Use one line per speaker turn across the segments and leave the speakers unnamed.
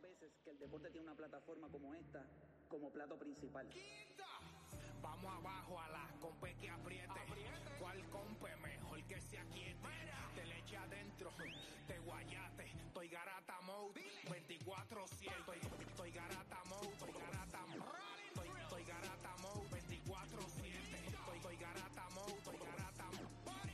veces que el deporte tiene una plataforma como esta como plato principal.
Vamos abajo a la compe que apriete. ¿Cuál compe mejor que se aquiete? Te le eche adentro, te guayate. Estoy garata mode, 24-7. Estoy, estoy garata mode, estoy garata mode. Estoy, estoy garata mode, 24-7. Estoy, estoy garata mode, estoy garata mode.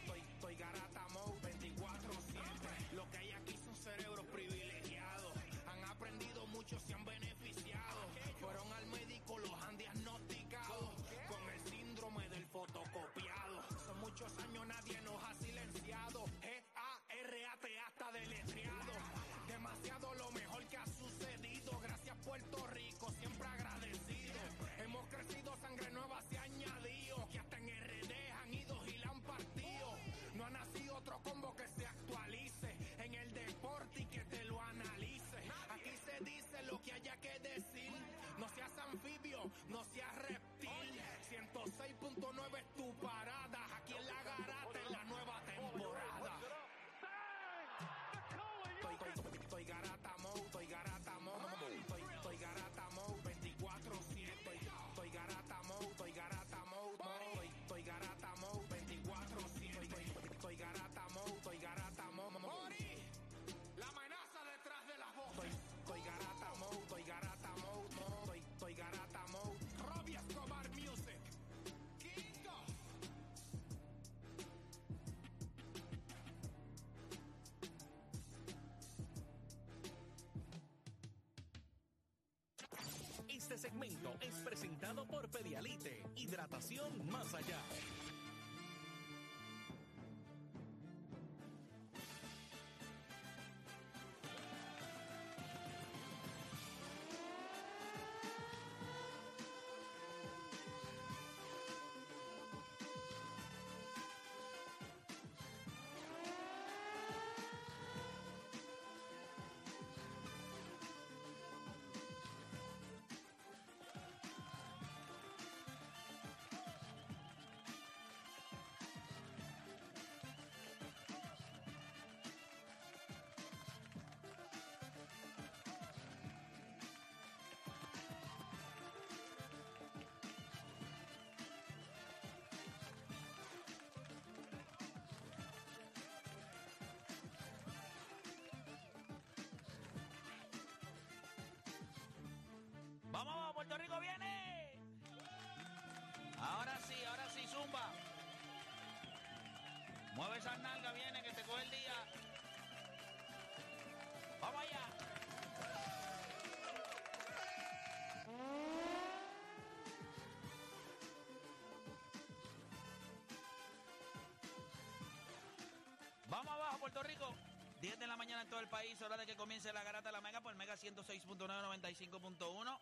Estoy, estoy garata mode, 24-7. Lo que hay aquí son cerebros privilegiados. Han aprendido mucho, se han beneficiado. Fueron al médico, los han diagnosticado con el síndrome del fotocopiado. Son muchos años, nadie nos ha silenciado. G-A-R-A-T hasta deletreado. Demasiado lo mejor que ha sucedido. Gracias Puerto Rico, siempre agradecido. Hemos crecido, sangre nueva se ha añadido. Que hasta en RD han ido y la han partido. No ha nacido otro combo que se actualice en el deporte y que te lo analice. Aquí se dice lo que haya que decir. No seas anfibio, no seas reptil. 106.9 es tu parada. Aquí en la garata en la nueva temporada. Estoy, estoy, estoy garata mode, estoy garata mode. Estoy, estoy garata mode 24-7. Estoy garata mode, estoy garata mode. Estoy, estoy garata mode 24-7. Estoy, estoy garata mode, estoy garata mode. La amenaza detrás de la voz. Estoy, estoy garata mode, estoy garata mode, mode. Estoy, estoy garata mode. Robbie Escobar Music. Quinto.
Este segmento es presentado por Pedialite, hidratación más allá.
Vamos, vamos, Puerto Rico viene. Ahora sí, ahora sí, zumba. Mueve esas nalgas, viene, que te coge el día. Vamos allá. Vamos abajo, Puerto Rico. 10 de la mañana en todo el país, hora de que comience la garata de la Mega por Mega 106.995.1.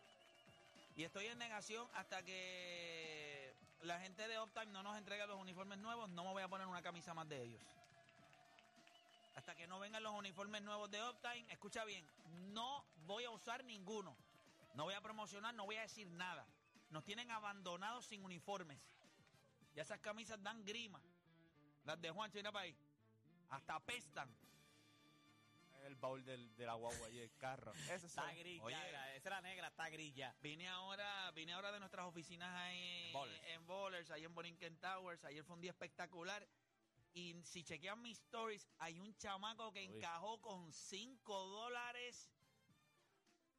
Y estoy en negación hasta que la gente de Optime no nos entregue los uniformes nuevos, no me voy a poner una camisa más de ellos. Hasta que no vengan los uniformes nuevos de Optime, escucha bien, no voy a usar ninguno. No voy a promocionar, no voy a decir nada. Nos tienen abandonados sin uniformes. Ya esas camisas dan grima. Las de Juancho, mira para ahí. Hasta apestan.
El baúl del, de la guagua y el carro. Eso es
Está gris,
Oye.
ya, gra- esa era negra, está gris ya.
Vine ahora, vine ahora de nuestras oficinas ahí en Bowlers,
Bowlers.
en, Bowlers, ahí en Borinquen Towers. Ayer fue un día espectacular. Y si chequean mis stories, hay un chamaco que
Uy.
encajó con 5 dólares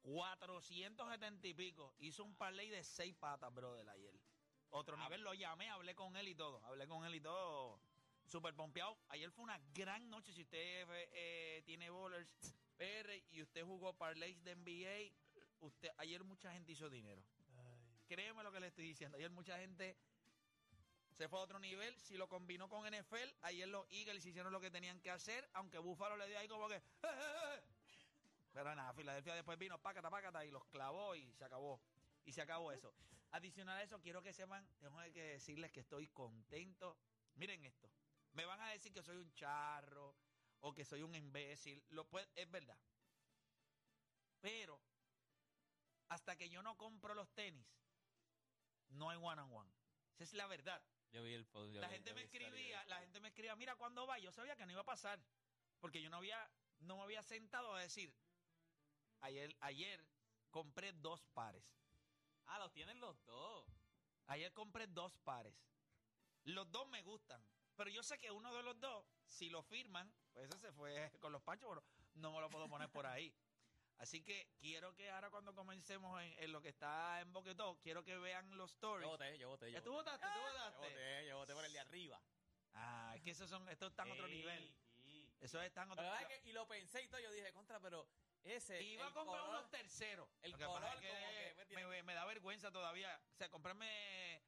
470 y pico. Hizo un parlay de 6 patas, brother, ayer. Otro nivel, lo llamé, hablé con él y todo. Hablé con él y todo. Súper pompeado. Ayer fue una gran noche. Si usted eh, eh, tiene bowlers PR y usted jugó parlays de NBA, usted, ayer mucha gente hizo dinero. Créeme lo que le estoy diciendo. Ayer mucha gente se fue a otro nivel. Si lo combinó con NFL, ayer los Eagles hicieron lo que tenían que hacer, aunque Buffalo le dio ahí como que... "Eh, eh, eh". Pero nada, Filadelfia después vino pácata, pácata y los clavó y se acabó. Y se acabó eso. Adicional a eso, quiero que sepan, tengo que decirles que estoy contento. Miren esto. Me van a decir que soy un charro o que soy un imbécil. Lo puede, es verdad. Pero hasta que yo no compro los tenis, no hay one on one. Esa es la verdad.
Yo vi el post. yo
La
vi-
gente
yo
me
vi story, yo vi
escribía, la
story.
gente me escribía, mira, ¿cuándo va? Yo sabía que no iba a pasar. Porque yo no había, no me había sentado a decir, ayer, ayer compré dos pares.
Ah, los tienen los dos.
Ayer compré dos pares. Los dos me gustan. Pero yo sé que uno de los dos, si lo firman, pues ese se fue con los panchos, pero no me lo puedo poner por ahí. Así que quiero que ahora cuando comencemos en, en lo que está en Boquetó, quiero que vean los stories.
Yo voté, yo voté, yo
Ya tú
voté.
votaste, tú
Yo
votaste.
voté, yo voté por el de arriba.
Ah, es que esos son, estos están a otro
Sí,
nivel.
sí.
Esos están a
La
otro
verdad
nivel.
es que- y lo pensé y todo, yo dije, contra, pero ese.
Iba
el
a comprar
color-
unos terceros.
el
Lo que pasa
color
es que
como que me tiene-
me, me da vergüenza todavía. O sea, comprarme...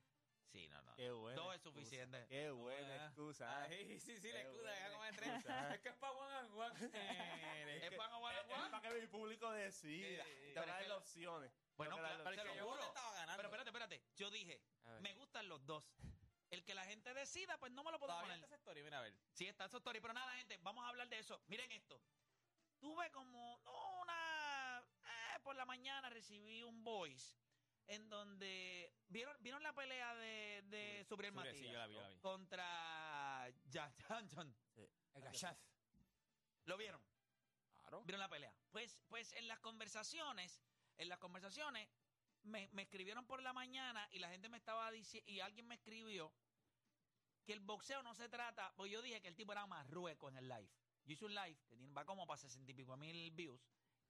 Sí, no, no.
Qué bueno. eh,
Todo es suficiente.
Qué buena
Ah.
excusa. ¿eh?
Ay, sí, sí, sí, la
Qué
excusa,
buena
ya como de tres.
excusa.
Es que es para Juan and Juan. Eh,
¿Es pan o
Es-
guaraguá?
es para que mi público decida.
Sí, sí, sí.
Te van
Pero
a
es
dar
que
las
lo-
opciones.
Bueno,
Te van a dar
claro,
las
pero es
que
que
opciones.
yo
juro.
no estaba ganando.
Pero espérate, espérate. Yo dije,
A ver.
me gustan los dos. El que la gente decida, pues no me lo puedo
Todavía
poner.
está esa historia, mira a ver.
Sí, está eso, Tori. Pero nada, gente, vamos a hablar de eso. Miren esto. Tuve como no, una... eh, por la mañana recibí un voice en donde... ¿Vieron, ¿vieron la pelea de, de Subriel
Sure,
Matías?
sí, yo la vi, yo la vi.
Contra Jan Johnson.
El gachaz.
¿Lo vieron?
Claro.
¿Vieron la pelea? Pues, pues en las conversaciones, en las conversaciones, me, me escribieron por la mañana y la gente me estaba diciendo, y alguien me escribió que el boxeo no se trata, porque yo dije que el tipo era marrueco en el live. Yo hice un live que tiene- va como para sesenta y pico mil views.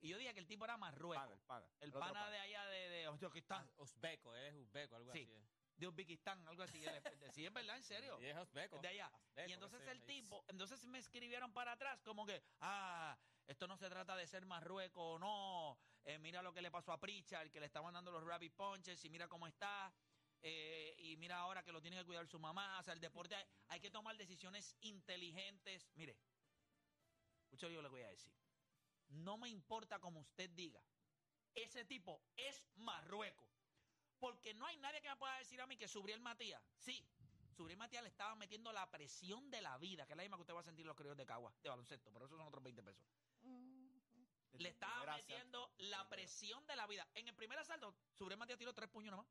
Y yo dije que el tipo era marrueco.
Pana, el pana.
el
otro
pana, de allá de, de Uzbekistán,
Ah, Uzbeco, él es uzbeco, algo
Sí.
así. eh.
de Uzbekistán, algo así. Él- sí, es verdad, en serio.
Y es uzbeco.
De allá.
Azteco,
Y entonces
qué sé yo,
el
ahí.
tipo, entonces me escribieron para atrás como que, ah, esto no se trata de ser Marruecos o no, eh, mira lo que le pasó a Pricha, el que le estaban dando los rabbit punches y mira cómo está, eh, y mira ahora que lo tiene que cuidar su mamá, o sea, el deporte, hay, hay que tomar decisiones inteligentes. Mire, mucho yo le voy a decir, no me importa como usted diga, ese tipo es Marruecos. Porque no hay nadie que me pueda decir a mí que Subriel Matías, sí, Subriel Matías le estaba metiendo la presión de la vida, que es la misma que usted va a sentir en los criollos de Cagua, de baloncesto, pero esos son otros 20 pesos. Le estaba
Gracias.
metiendo la presión de la vida. En el primer asalto, Subriel Matías tiró tres puños nomás.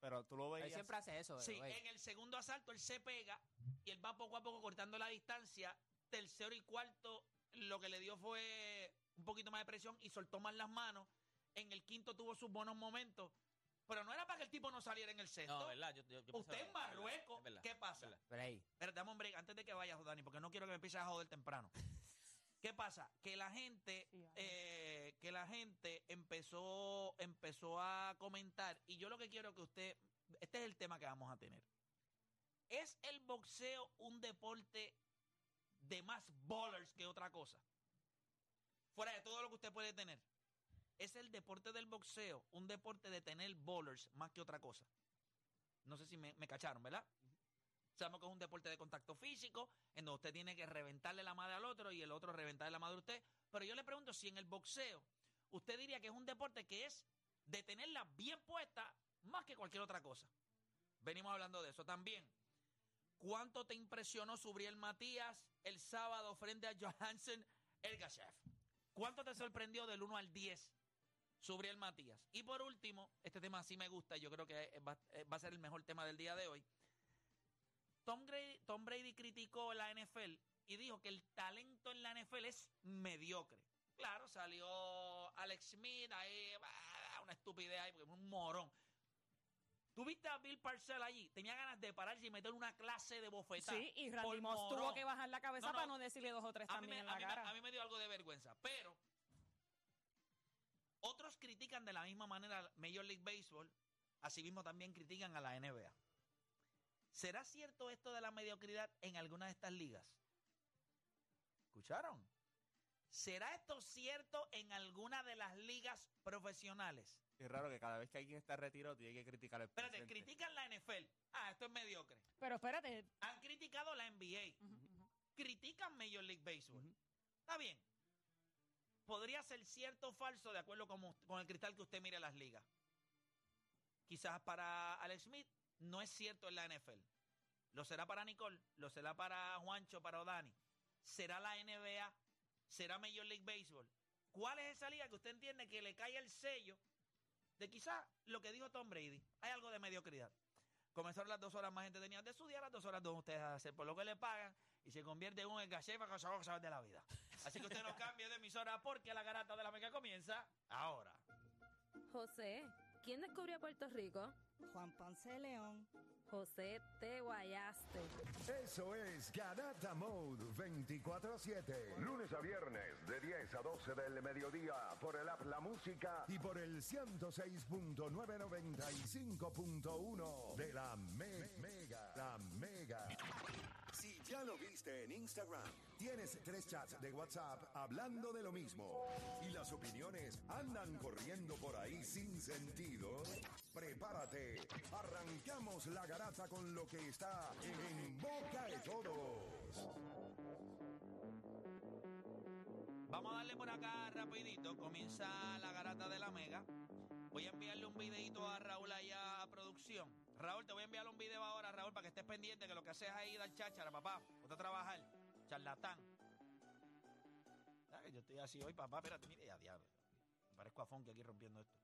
Pero tú lo
Él
veías.
siempre hace eso.
Sí,
güey.
en el segundo asalto él se pega y él va poco a poco cortando la distancia. Tercero y cuarto lo que le dio fue un poquito más de presión y soltó más las manos. En el quinto tuvo sus buenos momentos, pero no era para que el tipo no saliera en el sexto.
No, ¿verdad? Yo, yo, yo pensé
Usted
lo
en
mismo, es verdad,
Marruecos,
es verdad,
¿qué
es
pasa?
verdad.
Pero ahí,
Pero dame un break antes de que vayas, Dani, porque no quiero que me empieces a joder temprano. ¿Qué pasa? Que la gente, eh, que la gente empezó, empezó a comentar, y yo lo que quiero que usted, este es el tema que vamos a tener. ¿Es el boxeo un deporte de más ballers que otra cosa? Fuera de todo lo que usted puede tener. ¿Es el deporte del boxeo un deporte de tener ballers más que otra cosa? No sé si me- me cacharon, ¿verdad? Sabemos que es un deporte de contacto físico, en donde usted tiene que reventarle la madre al otro y el otro reventarle la madre a usted. Pero yo le pregunto si en el boxeo usted diría que es un deporte que es de tenerla bien puesta más que cualquier otra cosa. Venimos hablando de eso también. ¿Cuánto te impresionó Subriel Matías el sábado frente a Johansen Ergashev? ¿Cuánto te sorprendió del 1 al 10 Subriel Matías? Y por último, este tema sí me gusta, y yo creo que eh, va- eh, va a ser el mejor tema del día de hoy. Tom Brady, Tom Brady criticó la NFL y dijo que el talento en la NFL es mediocre. Claro, salió Alex Smith ahí, bah, una estupidez ahí, porque es un morón. Tuviste a Bill Parcell allí, tenía ganas de pararse y meterle una clase de bofetada.
Sí, y
por
Randy Moss tuvo
morón.
que bajar la cabeza
No, no.
para no decirle dos o tres
A mí, me,
también en la
a mí me-
cara.
a mí me dio algo de vergüenza, pero otros critican de la misma manera Major League Baseball, asimismo también critican a la NBA. ¿Será cierto esto de la mediocridad en alguna de estas ligas? ¿Escucharon? ¿Será esto cierto en alguna de las ligas profesionales?
Es raro que cada vez que alguien está retirado tiene que criticar el
Espérate,
presente.
critican la NFL. Ah, esto es mediocre.
Pero espérate.
Han criticado la NBA.
Ujú, ujú.
critican Major League Baseball. Está bien. Podría ser cierto o falso de acuerdo con, us- con el cristal que usted mire las ligas. Quizás para Alex Smith no es cierto en la NFL. Lo será para Nicole, lo será para Juancho, para Odani. Será la NBA, será Major League Baseball. ¿Cuál es esa liga que usted entiende que le cae el sello de quizás lo que dijo Tom Brady? Hay algo de mediocridad. Comenzaron las dos horas más gente tenía de su día, las dos horas donde ustedes hacer por lo que le pagan y se convierte en un engachefa que sabe de la vida. Así que usted no cambie de emisora porque la garata de la mega comienza. comienza ahora.
José, ¿quién descubrió Puerto Rico?
Juan Ponce de León.
José, te guayaste.
Eso es Garata Mode 24-7.
Lunes a viernes de 10 a 12 del mediodía por el app La Música
Y por el 106.995.1 de la me- Mega. La Mega.
Si ya lo viste en Instagram,
Tienes tres chats de WhatsApp hablando de lo mismo. Y las opiniones andan corriendo por ahí sin sentido. Prepárate. Arrancamos la garata con lo que está en boca de todos.
Vamos a darle por acá rapidito. Comienza la garata de la mega. Voy a enviarle un videito a Raúl allá a producción. Raúl, te voy a enviar un video ahora, Raúl, para que estés pendiente que lo que haces ahí dar cháchara, papá. Ponte a trabajar. Charlatán. ¿Sabes? Yo estoy así hoy, papá. Espérate, mire, ya diablo. Me parezco a Fonky aquí rompiendo esto.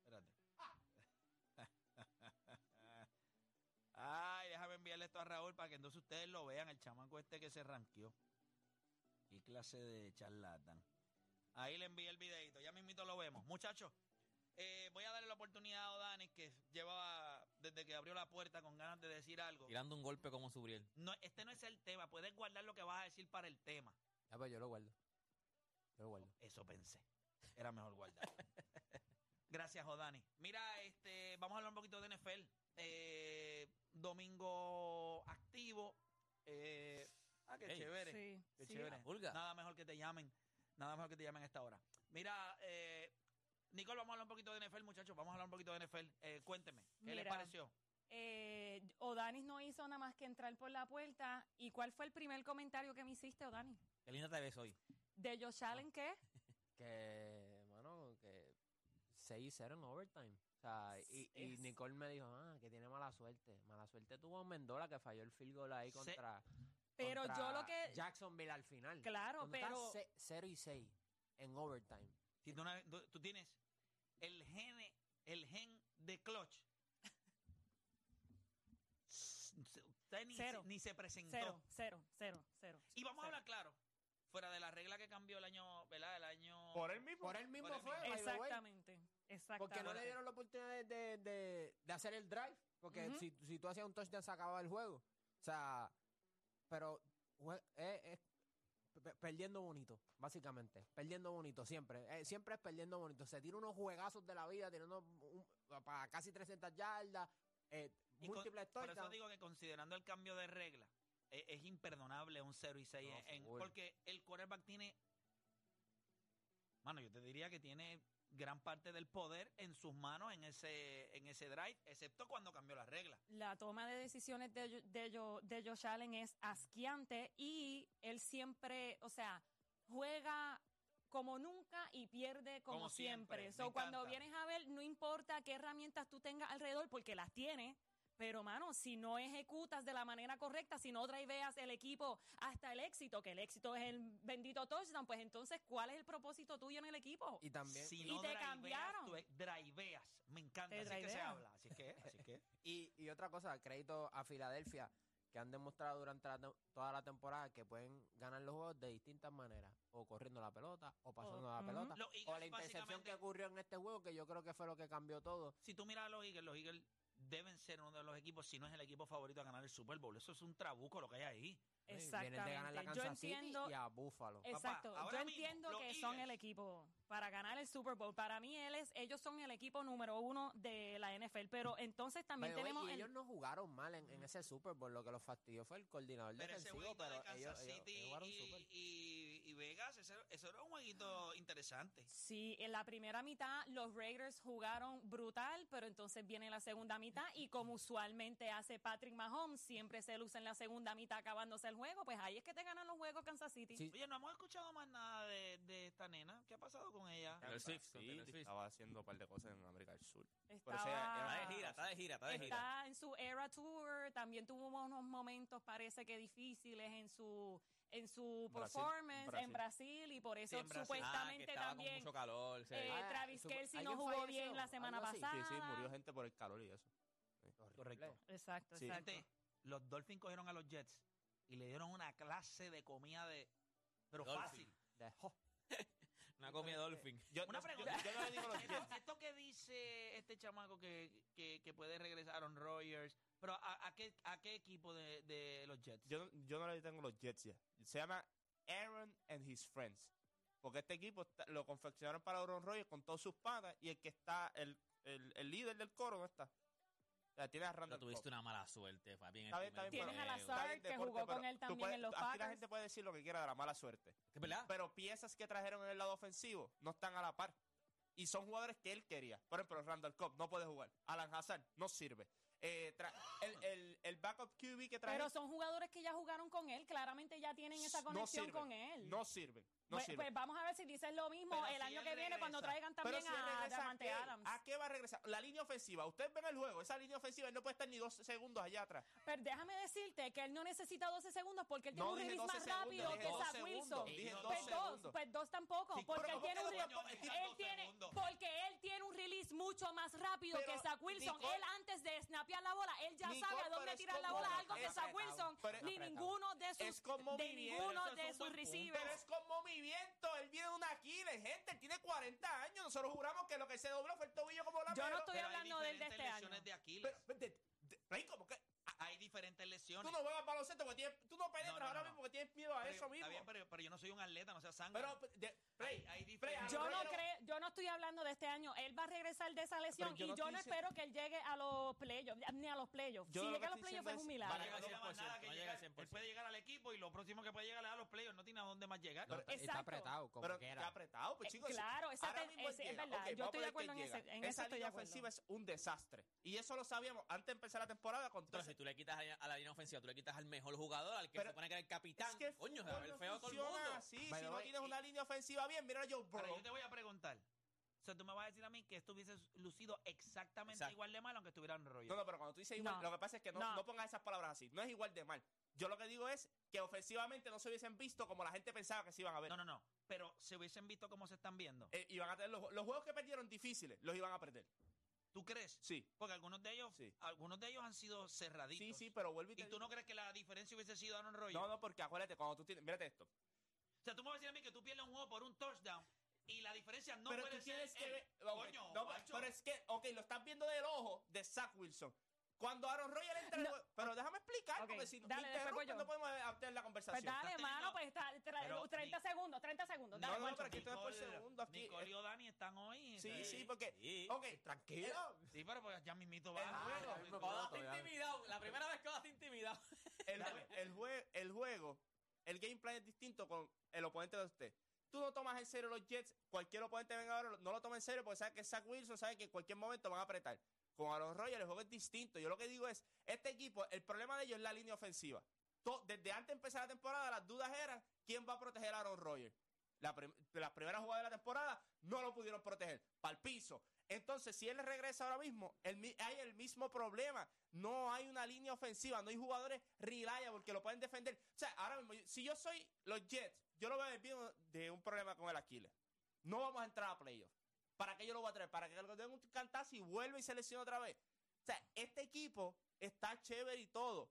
Espérate. Ay, déjame enviarle esto a Raúl para que entonces ustedes lo vean, el chamaco este que se ranqueó. Qué clase de charlatán. Ahí le envié el videito, ya mismito lo vemos. Muchachos, eh, voy a darle la oportunidad a Odanes, que lleva desde que abrió la puerta con ganas de decir algo.
Tirando un golpe como Subriel.
No, este no es el tema, puedes guardar lo que vas a decir para el tema.
Ah, pues yo lo guardo. Yo lo guardo.
Eso pensé. Era mejor guardar. Gracias, Odani. Mira, este, vamos a hablar un poquito de NFL. Eh, domingo activo. Eh, ah, qué
Ey.
chévere.
Sí,
Qué
sí.
chévere.
Pulga.
Nada mejor que te llamen. Nada mejor que te llamen a esta hora. Mira, eh, Nicole, vamos a hablar un poquito de NFL, muchachos. Vamos a hablar un poquito de NFL. Eh, cuénteme, ¿qué les
Mira.
pareció?
Eh, Odanis no hizo nada más que entrar por la puerta. ¿Y cuál fue el primer comentario que me hiciste, Odanis?
Qué linda te ves hoy.
¿De Josh Allen qué?
Que, mano, que 6-0 en overtime. O sea, y, y
Es-
Nicole me dijo, ah, que tiene mala suerte. Mala suerte tuvo Mendola que falló el field goal ahí
Se-
contra,
Pero
contra
yo lo que...
Jacksonville al final.
Claro,
Cuando
pero...
estás 0 y 6 en overtime.
Si tú, una- tú- tú tienes el gene, el gen de clutch. S- usted ni,
Cero.
Se, ni se presentó.
Cero, cero, cero, cero.
Y vamos a
Cero.
hablar claro. Fuera de la regla que cambió el año, ¿verdad? El año.
Por él mismo.
Por él mismo
Por él
fue,
mismo.
by the way.
Exactamente, exactamente.
Porque no le
Ahora-
dieron la oportunidad de, de- de- de hacer el drive. Porque
Ujú.
si, si tú hacías un touchdown, se acababa el juego. O sea, pero jue- es- es Eh, pe- perdiendo bonito, básicamente. Perdiendo bonito siempre. Eh, siempre es perdiendo bonito. Se tira unos juegazos de la vida, teniendo un- para casi 300 yardas, eh,
Y con-
múltiples
Por eso
touchdowns.
digo que considerando el cambio de regla, e- es, imperdonable un 0 y 6.
No,
en- en-
full.
porque el quarterback tiene. Mano, yo te diría que tiene gran parte del poder en sus manos en ese, en ese drive, excepto cuando cambió la regla.
La toma de decisiones de, Jo- de, Jo- de Josh Allen es asqueante y él siempre, o sea, juega como nunca y pierde como,
Como siempre,
siempre.
me
So, cuando
encanta.
vienes a ver, no importa qué herramientas tú tengas alrededor, porque las tienes. Pero, mano, si no ejecutas de la manera correcta, si no veas el equipo hasta el éxito, que el éxito es el bendito touchdown, pues entonces, ¿cuál es el propósito tuyo en el equipo?
Y también.
Si
Y
no
te
driveas,
cambiaron.
tú es- driveas. Me encanta.
Te
Así es que se
drivean.
habla. Así es que, así es que.
Y, y otra cosa, crédito a Filadelfia, que han demostrado durante la tem- toda la temporada que pueden ganar los juegos de distintas maneras, o corriendo la pelota, o pasando la
ujú.
pelota,
Los
o
Eagles,
la intercepción
básicamente,
que ocurrió en este juego, que yo creo que fue lo que cambió todo.
Si tú miras a los Eagles, los Eagles deben ser uno de los equipos, si no es el equipo favorito a ganar el Super Bowl. Eso es un trabuco lo que hay ahí.
Sí, Vienen de ganar la
Exactamente. Yo
Kansas
entiendo
City y a Buffalo.
Exacto.
ahora
Yo
mismo,
entiendo
los
que son el
Eagles.
equipo para ganar el Super Bowl. Para mí, él es, ellos son el equipo número uno de la NFL. Pero entonces también
By the way,
tenemos
y
el-
ellos no jugaron mal en, en ese Super Bowl, lo que los fastidió fue el coordinador
Pero ese
defensivo,
jueguito
pero
de Kansas
ellos, ellos-
City
ellos jugaron súper.
y, y- y Vegas, ese- eso era un jueguito interesante.
Sí, en la primera mitad los Raiders jugaron brutal, pero entonces viene la segunda mitad y como usualmente hace Patrick Mahomes, siempre se luce en la segunda mitad acabándose el juego, pues ahí es que te ganan los juegos Kansas City.
Sí.
Oye, no hemos escuchado más nada de, de esta nena. ¿Qué ha pasado con ella?
Taylor Swift, con
Sí,
Taylor Swift.
estaba haciendo un par de cosas en América del Sur. Por eso
Estaba-
era-
Está de gira, está de gira, está de gira. Ah,
Está en su era tour, también tuvo unos momentos parece que difíciles en su en su
Brasil,
performance
Brasil.
en Brasil y por eso
en Brasil.
Ah, que
supuestamente
estaba con
también
mucho calor. se-
eh,
Ah,
Travis
supo-
Kelsey no
¿alguien
jugó
falleció?
bien la semana
Algo así.
pasada.
Sí, sí, murió gente por el calor y eso.
Correcto.
Exacto,
Sí.
exacto.
Gente, Este, los Dolphins cogieron a los Jets y le dieron una clase de comida de. Pero
Dolphin.
fácil.
De- jo,
Una mi Dolphin.
Una pregunta.
yo no le digo los
Esto- Esto que dice este chamaco que, que, que puede regresar Aaron Rodgers, pero ¿a, a qué, ¿a qué equipo de, de los Jets?
Yo, no- yo no le tengo los Jets ya. Se llama Aaron and His Friends. Porque este equipo está- lo confeccionaron para Aaron Rodgers con todos sus patas y el que está, el, el, el líder del coro no está. O sea, tiene a Randall
Pero tuviste
Cobb.
una mala suerte, Fabi. en el
Está bien,
primer eh,
está bien,
Tienes
pero-
a
juego.
Lazard,
está bien,
que
deporte,
jugó
pero
con él
tú
también
puedes-
en los
Aquí la
Packers.
gente puede decir lo que quiera de la mala suerte.
¿Qué verdad?
Pero piezas que trajeron en el lado ofensivo no están a la par. Y son jugadores que él quería. Por ejemplo, Randall Cobb no puede jugar. Alan Hazard no sirve. Eh, tra- el, el, el backup QB que trajeron
Pero son jugadores que ya jugaron con él, claramente ya tienen esa
No
conexión
sirven.
con él.
no sirven. No
pues,
sirven.
pues vamos a ver si dices lo mismo
Pero
el
si
año
él
que viene cuando
regresa.
traigan
Pero
también
si él
a
regresa,
Damante
qué? Ah.
Adams.
¿A qué va a regresar? La línea ofensiva. Ustedes ven el juego. Esa línea ofensiva él no puede estar ni dos segundos allá atrás.
Pero déjame decirte que él no necesita 12 segundos porque él tiene
No
un
dije
release
12
más
segundos.
rápido
dije
que
dos
Zach
segundos.
Wilson.
Dije
Pues
dos
Pues dos,
segundos.
pues dos tampoco,
Sí,
porque
pero
él tiene
¿cómo
un
que dos
release,
coño? Es que
él
dos
tiene,
segundos.
porque él tiene un release mucho más rápido
Pero,
que Zach Wilson.
Nicole-
él antes de snapear la bola, él ya
Nicole,
sabe a
pero
dónde
es
tirar la
como-
bola, algo que
es
Zach
apretado,
Wilson
pero es
ni
apretado.
ninguno de sus
Es con
de
movimiento,
ninguno
eso es
de
un
sus
buen punto.
Pero
receivers.
es con movimiento. Él viene de una Aquiles, gente. Él tiene 40 años. Nosotros juramos que lo que se dobló fue el tobillo como la
Yo no
mano.
estoy
Pero hay
hablando del de
diferentes
este año.
lesiones de Aquiles.
Pero, pero, de- de- Rey, ¿cómo que?
hay diferentes lesiones.
Tú no juegas baloncesto porque tienes, tú no penetras
No, no,
ahora
no,
mismo
no.
porque tienes miedo a
Pero-
eso mismo.
Está bien, pero, pero yo no soy un atleta, no sea sangre.
pero, de- Rey,
hay, hay
Play,
diferentes.
Yo no
Pero-
creo, yo no estoy hablando de este año. Él va a regresar de esa lesión
yo
y
no
yo
estoy
no
dici-
espero que él llegue a los playoffs, ni a los playoffs.
Yo
si
lo
llega
que
a los
estoy
playoffs
diciendo
es un
es-
milagro.
Porque
Vale, llega
no llega más
100%,
nada que
no llega
llegar.
100%.
Él puede llegar al equipo y lo próximo que puede llegar es a los playoffs. No tiene a dónde más llegar.
No, está, está
Exacto.
apretado, como
pero
quiera.
está apretado, pues
Eh,
chicos.
claro, esa
ahora
te-
mismo él
ese- es
llega.
verdad.
Ok, vamos
yo estoy de
a poner
acuerdo en
que
ese,
llega.
en
Esa
eso estoy de
línea
acuerdo.
ofensiva es un desastre. Y eso lo sabíamos antes de empezar la temporada con todo
Entonces, si tú le quitas a la- a la línea ofensiva, tú le quitas al mejor jugador, al que
pues Pero
se supone que era el capitán.
Es que el
Coño, se va a
fútbol
ver
no
feo todo el
funciona
mundo.
así.
By
si
the
no
way,
tienes una línea ofensiva bien, mira a Joe
Pero
Burrow.
yo te voy a preguntar. O sea, tú me vas a decir a mí que esto hubiese lucido exactamente
Exacto.
igual de mal aunque estuvieran rollo.
No, no, pero cuando tú dices igual,
No.
lo que pasa es que no,
No.
no pongas esas palabras así. No es igual de mal. Yo lo que digo es que ofensivamente no se hubiesen visto como la gente pensaba que se iban a ver.
No, no, no. Pero se hubiesen visto cómo se están viendo.
Eh, iban a tener los, los juegos que perdieron difíciles, los iban a perder.
¿Tú crees?
Sí,
Porque algunos de ellos,
Sí.
algunos de ellos han sido cerraditos.
sí, sí, pero vuelve y
¿Y
te
tú
digo-
no crees que la diferencia hubiese sido Aaron Rodgers?
No, no, porque acuérdate, cuando tú tienes. Mírate esto.
O sea, tú me vas a decir a mí que tú pierdes un juego por un touchdown y la diferencia no
pero
puede
tú
ser
tienes que
él.
ver. ok,
Coño,
no,
macho.
pero es que, ok, lo estás viendo del ojo de Zach Wilson. Cuando Aaron Rodgers entra en el
No.
juego- Pero déjame explicar,
Ok,
porque si no
dale, después voy
interrumpes,
yo.
no podemos hacer la
Pues
conversación.
dale,
Estás
hermano,
teniendo-
pues está, tra-
Pero
30 segundos, 30 segundos. Dale,
No, no,
Juancho.
pero aquí esto es por segundo, aquí,
Nicole y
eh.
O'Dani están hoy.
sí,
eh,
sí, porque.
Sí.
Ok,
Tranquilo.
Sí, pero pues ya mismito
El
va.
juego,
Ah,
el mismo
Cuando
voto,
te
ya.
intimidado, la primera vez que vas intimidado.
el, jue- el, jue- el juego, el game plan es distinto con el oponente de usted. Tú no tomas en serio los Jets, cualquier oponente venga ahora, no lo toma en serio porque sabe que Zach Wilson sabe que en cualquier momento van a apretar. Con Aaron Rodgers el juego es distinto. Yo lo que digo es, este equipo, el problema de ellos es la línea ofensiva. To- Desde antes de empezar la temporada, las dudas eran quién va a proteger a Aaron Rodgers. La prim- de las primeras jugadas de la temporada no lo pudieron proteger. Pa'l piso. Entonces, si él regresa ahora mismo, el mi- hay el mismo problema. No hay una línea ofensiva, no hay jugadores reliable que lo pueden defender. O sea, ahora mismo, si yo soy los Jets, yo lo veo desviado de un problema con el Aquiles. No vamos a entrar a playoffs. ¿Para qué yo lo voy a traer? Para que le den un cantazo y vuelva y se lesione otra vez. O sea, este equipo está chévere y todo,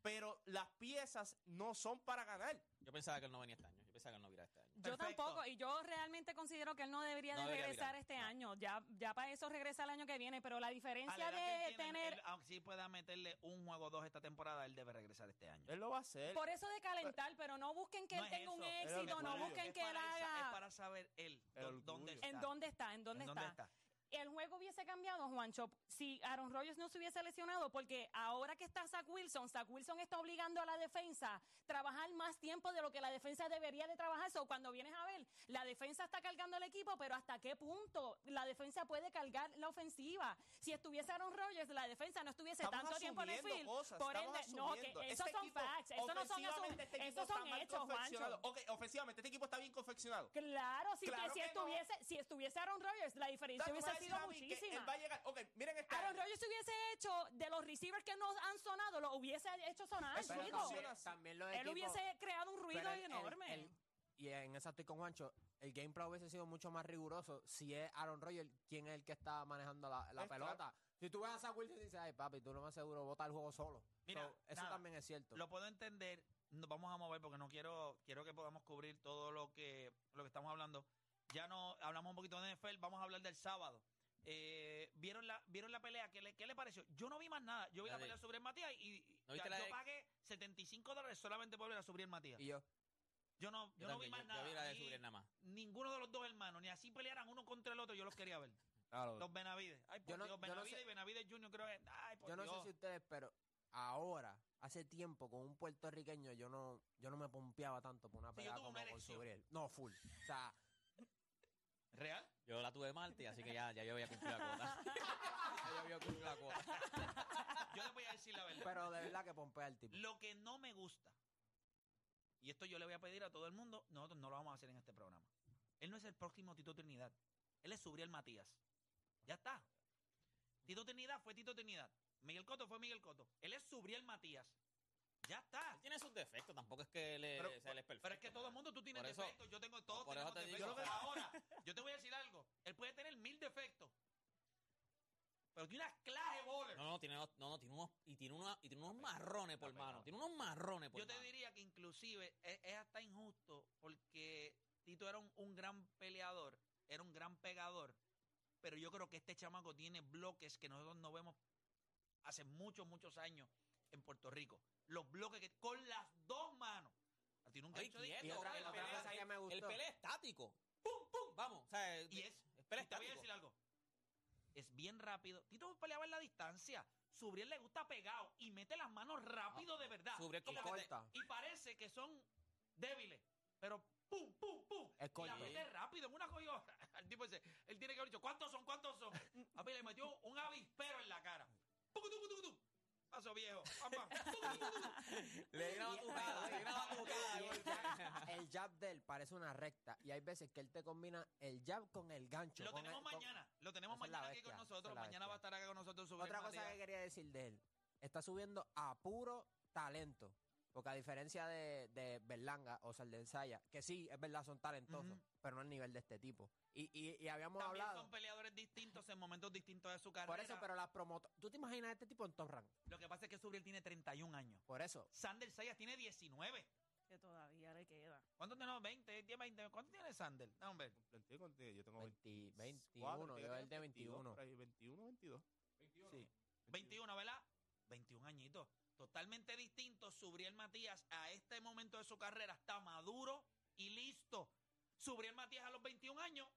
pero las piezas no son para ganar.
Yo pensaba que él no venía este año. Yo pensaba que él no viera este año.
Yo
Perfecto.
tampoco, y yo realmente considero que él no debería
No
de
debería
regresar
virar,
este
no.
año. Ya, ya para eso regresa el año que viene, pero la
a
diferencia
la edad que
de
él tiene,
tener...
él, aunque sí pueda meterle un juego o dos esta temporada, él debe regresar este año.
Él lo va a hacer.
Por eso de calentar, pero no busquen que
No
él
es
tenga un
eso, es
lo que
éxito, no
orgullo.
busquen
Es
que él
para sa- Es
haga...
para saber él
El
dó-
orgullo.
dónde está.
¿En dónde está? ¿En dónde
¿En
está? el juego hubiese cambiado, Juancho, si Aaron Rodgers no se hubiese lesionado, porque ahora que está Zach Wilson, Zach Wilson está obligando a la defensa a trabajar más tiempo de lo que la defensa debería de trabajar. So, cuando vienes a ver, la defensa está cargando al equipo, pero ¿hasta qué punto la defensa puede cargar la ofensiva? Si estuviese Aaron Rodgers, la defensa no estuviese
Estamos
tanto tiempo en el
asumiendo oh.
field.
cosas,
por
estamos
ende, no, que
asumiendo.
esos
Este
son
equipo,
facts, esos no son, asu-
ofensivamente, este equipo
esos
está
son
mal
hechos,
confeccionado.
Juancho.
Ok, ofensivamente, este equipo está bien confeccionado.
Claro, sí, que
Claro
si
que no.
estuviese, si estuviese Aaron Rodgers, la
O
diferencia
sea, tú me vas a decir
hubiese sido
a mí que
muchísima.
Él va a llegar. Ok, miren esta.
Aaron Rodgers hubiese hecho de los receivers que no han sonado, lo hubiese hecho sonar,
Eso no
chico.
funciona.
también los
Él
equipos-
hubiese creado un ruido
pero el- el-
enorme.
el- y en esa estoy con Juancho. El game plan hubiese sido mucho más riguroso si es Aaron Rodgers quien es el que está manejando la, la
Es claro.
pelota. Si tú ves a Zach Wilson y dices, ay papi, tú no más seguro bota el juego solo.
Mira,
So, eso
nada.
también es cierto.
Lo puedo entender. Nos vamos a mover porque no quiero quiero que podamos cubrir todo lo que lo que estamos hablando. Ya no hablamos un poquito de NFL, vamos a hablar del sábado. Eh, ¿vieron, la, ¿Vieron la pelea? ¿Qué le, qué le pareció? Yo no vi más nada. Yo vi
La
la,
de-
pelea sobre el Matías y, y-
¿No
o sea,
viste la
yo
de-
pagué 75 dólares solamente por ver a subir el Matías.
Y yo.
Yo no, yo
Yo,
no vi
también,
más nada.
yo- yo vi la de
Ni-
Subriel nada más.
Ninguno de los dos hermanos, ni así pelearan uno contra el otro, yo los quería ver.
Claro.
Los Benavides. Ay, por
Yo no-
Dios,
yo no
Benavides
sé-
y Benavides Junior creo que. Ay, por
Yo no sé
Dios.
si ustedes, pero ahora, hace tiempo, con un puertorriqueño, yo no, yo no me pompeaba tanto por una
Sí, yo
pelea
tuve
como
una
con
erección.
Subriel. No, full. O sea,
¿Real?
Yo la tuve Marte, así que ya, ya yo había cumplido la cuota. ya yo había cumplido la cuota.
Yo les voy a decir la verdad.
pero de verdad que pompea el tipo.
Lo que no me gusta, y esto yo le voy a pedir a todo el mundo, nosotros no lo vamos a hacer en este programa. Él no es el próximo Tito Trinidad. Él es Subriel Matías. Ya está. Tito Trinidad fue Tito Trinidad. Miguel Coto fue Miguel Coto. Él es Subriel Matías. Ya está.
Él tiene sus defectos, tampoco es que le,
Pero-
o sea, él es perfecto.
Pero es que todo el
¿no?
mundo tú tienes
Por eso-
defectos, yo tengo todos
por eso
tenemos
te digo,
defectos. Ahora, yo te voy a decir algo. Él puede tener mil defectos. Pero tiene una clase de bowler.
No, no, tiene, no, no, tiene unos, y tiene, una, y tiene unos marrones por
Está pegado.
mano. Tiene unos marrones por
Yo te
mano.
diría que inclusive es, es hasta injusto porque Tito era un, un gran peleador, era un gran pegador, pero yo creo que este chamaco tiene bloques que nosotros no vemos hace muchos, muchos años en Puerto Rico. Los bloques que con las dos manos. Ah, Tiene un
Ay,
gancho de
quieto,
Y
estos,
otra,
él
otra
pelea-
cosa que me
El
gustó.
pelea estático. ¡Pum, pum! Vamos. O sea,
Y es-
pelea
Y te voy a
estático.
decir algo. Es bien rápido. Tito peleaba en la distancia. Subriel le gusta pegado y mete las manos rápido de verdad.
Subriel
Como
que
que te-
corta.
y parece que son débiles, pero pum, pum, pum.
Es
Y la
corto.
mete rápido en una cogió. El tipo dice, él tiene que haber dicho, ¿cuántos son? ¿Cuántos son? A mí le metió un avispero en la cara. Pucu, tucu, tucu, tucu. Paso viejo. Pam, pam. Pucu, tucu, tucu.
Le graba tu cara, le graba tu cara.
Y el
golpe.
jab, el jab de él parece una recta. Y hay veces que él te combina el jab con el gancho.
Lo
con
tenemos
el- con-
mañana. Lo tenemos
Esa es la
mañana aquí con
bestia,
nosotros.
esa es la
Mañana va a
bestia.
estar acá con nosotros. Subriel
Otra cosa
Matías.
que quería decir de él. Está subiendo a puro talento. Porque a diferencia de, de Berlanga o Saldensaya, que sí, es verdad, son talentosos,
Ujú.
pero no al nivel de este tipo. Y, y, y habíamos
También
hablado.
son peleadores distintos en momentos distintos de su carrera.
Por eso, pero las promotoras. ¿Tú te imaginas a este tipo en top rank?
Lo que pasa es que Subriel tiene 31 años.
Por eso.
Sander Sayas tiene 19.
Que todavía le queda.
¿Cuánto tiene? 20, 10, 20. ¿Cuánto tiene Sander? No, hombre.
Contigo, contigo, Yo tengo
20,
24,
21,
creo que
yo
tengo
el de
22,
21.
por ahí, 21, 22. Sí.
21, ¿verdad? 21 añitos. Totalmente distinto. Subriel Matías a este momento de su carrera está maduro y listo. Subriel Matías a los 21 años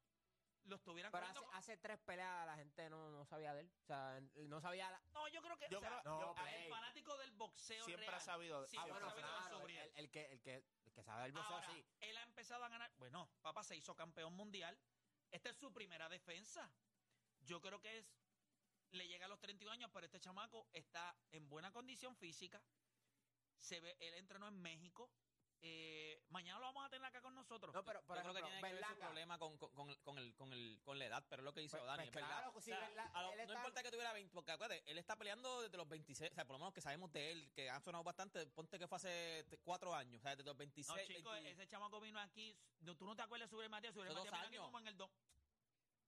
lo estuvieran
Pero hace,
cogiendo con-
hace tres peleas la gente no, no sabía de él. O sea, en- no sabía. la-
No, yo creo que.
Yo
o sea,
creo- yo-
No,
a- el
Blake.
fanático del boxeo
Siempre
real.
ha sabido.
Sí, Ah,
siempre
bueno,
ha sabido.
claro.
el,
sobre él.
el que, el, que, el que sabe el boxeo,
Ahora,
sí.
él ha empezado a ganar. Bueno, papá se hizo campeón mundial. Esta es su primera defensa. Yo creo que es. Le llega a los 31 años, pero este chamaco está en buena condición física. Se ve, él entrenó en México. Eh, mañana lo vamos a tener acá con nosotros.
No, pero por
Yo creo que
ejemplo,
tiene que ver su
Berlanga,
problema con, con, con, el- con el, con, el, con la edad, pero es lo que hizo
Pues-
Dani,
pues
es verdad.
claro, sí,
O sea,
Berla-
a lo-
él
no
está-
importa que tuviera 20, porque acuérdate, él está peleando desde los 26, o sea, por lo menos que sabemos de él, que han sonado bastante, ponte que fue hace 4 años, o sea, desde los 26.
No, chicos,
20
ese chamaco vino aquí. no, tú no te acuerdas sobre Matías. Sobre
Hace dos
Matías vino aquí
años.
como en el 2.